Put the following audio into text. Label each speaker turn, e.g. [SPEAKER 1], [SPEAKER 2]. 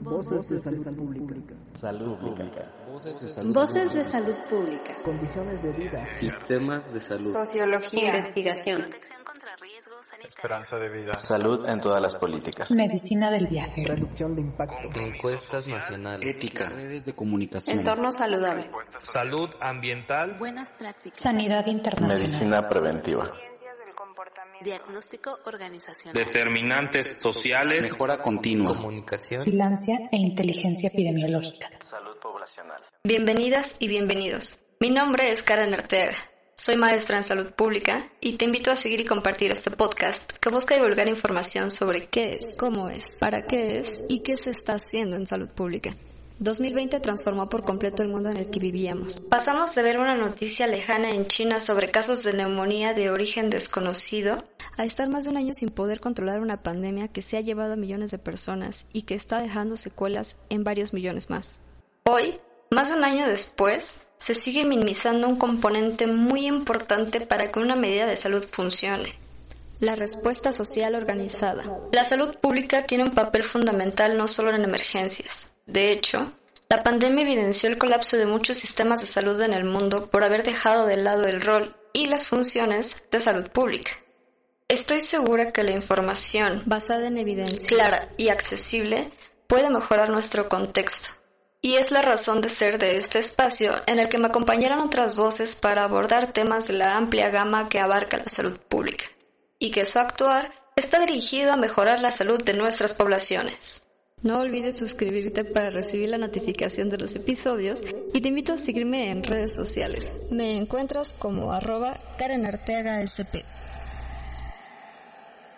[SPEAKER 1] Voces de salud pública.
[SPEAKER 2] Salud pública.
[SPEAKER 3] Voces de salud, Voces de salud pública.
[SPEAKER 1] Condiciones de vida.
[SPEAKER 2] Sistemas de salud.
[SPEAKER 3] Sociología. Investigación.
[SPEAKER 4] Protección contra riesgos sanitarios.
[SPEAKER 5] Esperanza de vida.
[SPEAKER 2] Salud en todas las políticas.
[SPEAKER 6] Medicina del viaje.
[SPEAKER 1] Reducción de impacto.
[SPEAKER 2] Encuestas nacionales.
[SPEAKER 7] Ética. Redes de comunicación.
[SPEAKER 3] Entornos saludables.
[SPEAKER 5] Salud ambiental.
[SPEAKER 4] Buenas prácticas.
[SPEAKER 6] Sanidad internacional.
[SPEAKER 2] Medicina preventiva.
[SPEAKER 4] Diagnóstico organizacional.
[SPEAKER 5] Determinantes sociales.
[SPEAKER 7] Mejora continua.
[SPEAKER 2] Comunicación.
[SPEAKER 6] Vigilancia e inteligencia epidemiológica.
[SPEAKER 2] Salud poblacional.
[SPEAKER 8] Bienvenidas y bienvenidos. Mi nombre es Karen Arteaga. Soy maestra en salud pública y te invito a seguir y compartir este podcast que busca divulgar información sobre qué es, cómo es, para qué es y qué se está haciendo en salud pública. 2020 transformó por completo el mundo en el que vivíamos. Pasamos de ver una noticia lejana en China sobre casos de neumonía de origen desconocido a estar más de un año sin poder controlar una pandemia que se ha llevado a millones de personas y que está dejando secuelas en varios millones más. Hoy, más de un año después, se sigue minimizando un componente muy importante para que una medida de salud funcione, la respuesta social organizada. La salud pública tiene un papel fundamental no solo en emergencias. De hecho, la pandemia evidenció el colapso de muchos sistemas de salud en el mundo por haber dejado de lado el rol y las funciones de salud pública. Estoy segura que la información basada en evidencia clara y accesible puede mejorar nuestro contexto. Y es la razón de ser de este espacio en el que me acompañarán otras voces para abordar temas de la amplia gama que abarca la salud pública y que su actuar está dirigido a mejorar la salud de nuestras poblaciones. No olvides suscribirte para recibir la notificación de los episodios y te invito a seguirme en redes sociales. Me encuentras como arroba Karen Arteaga SP.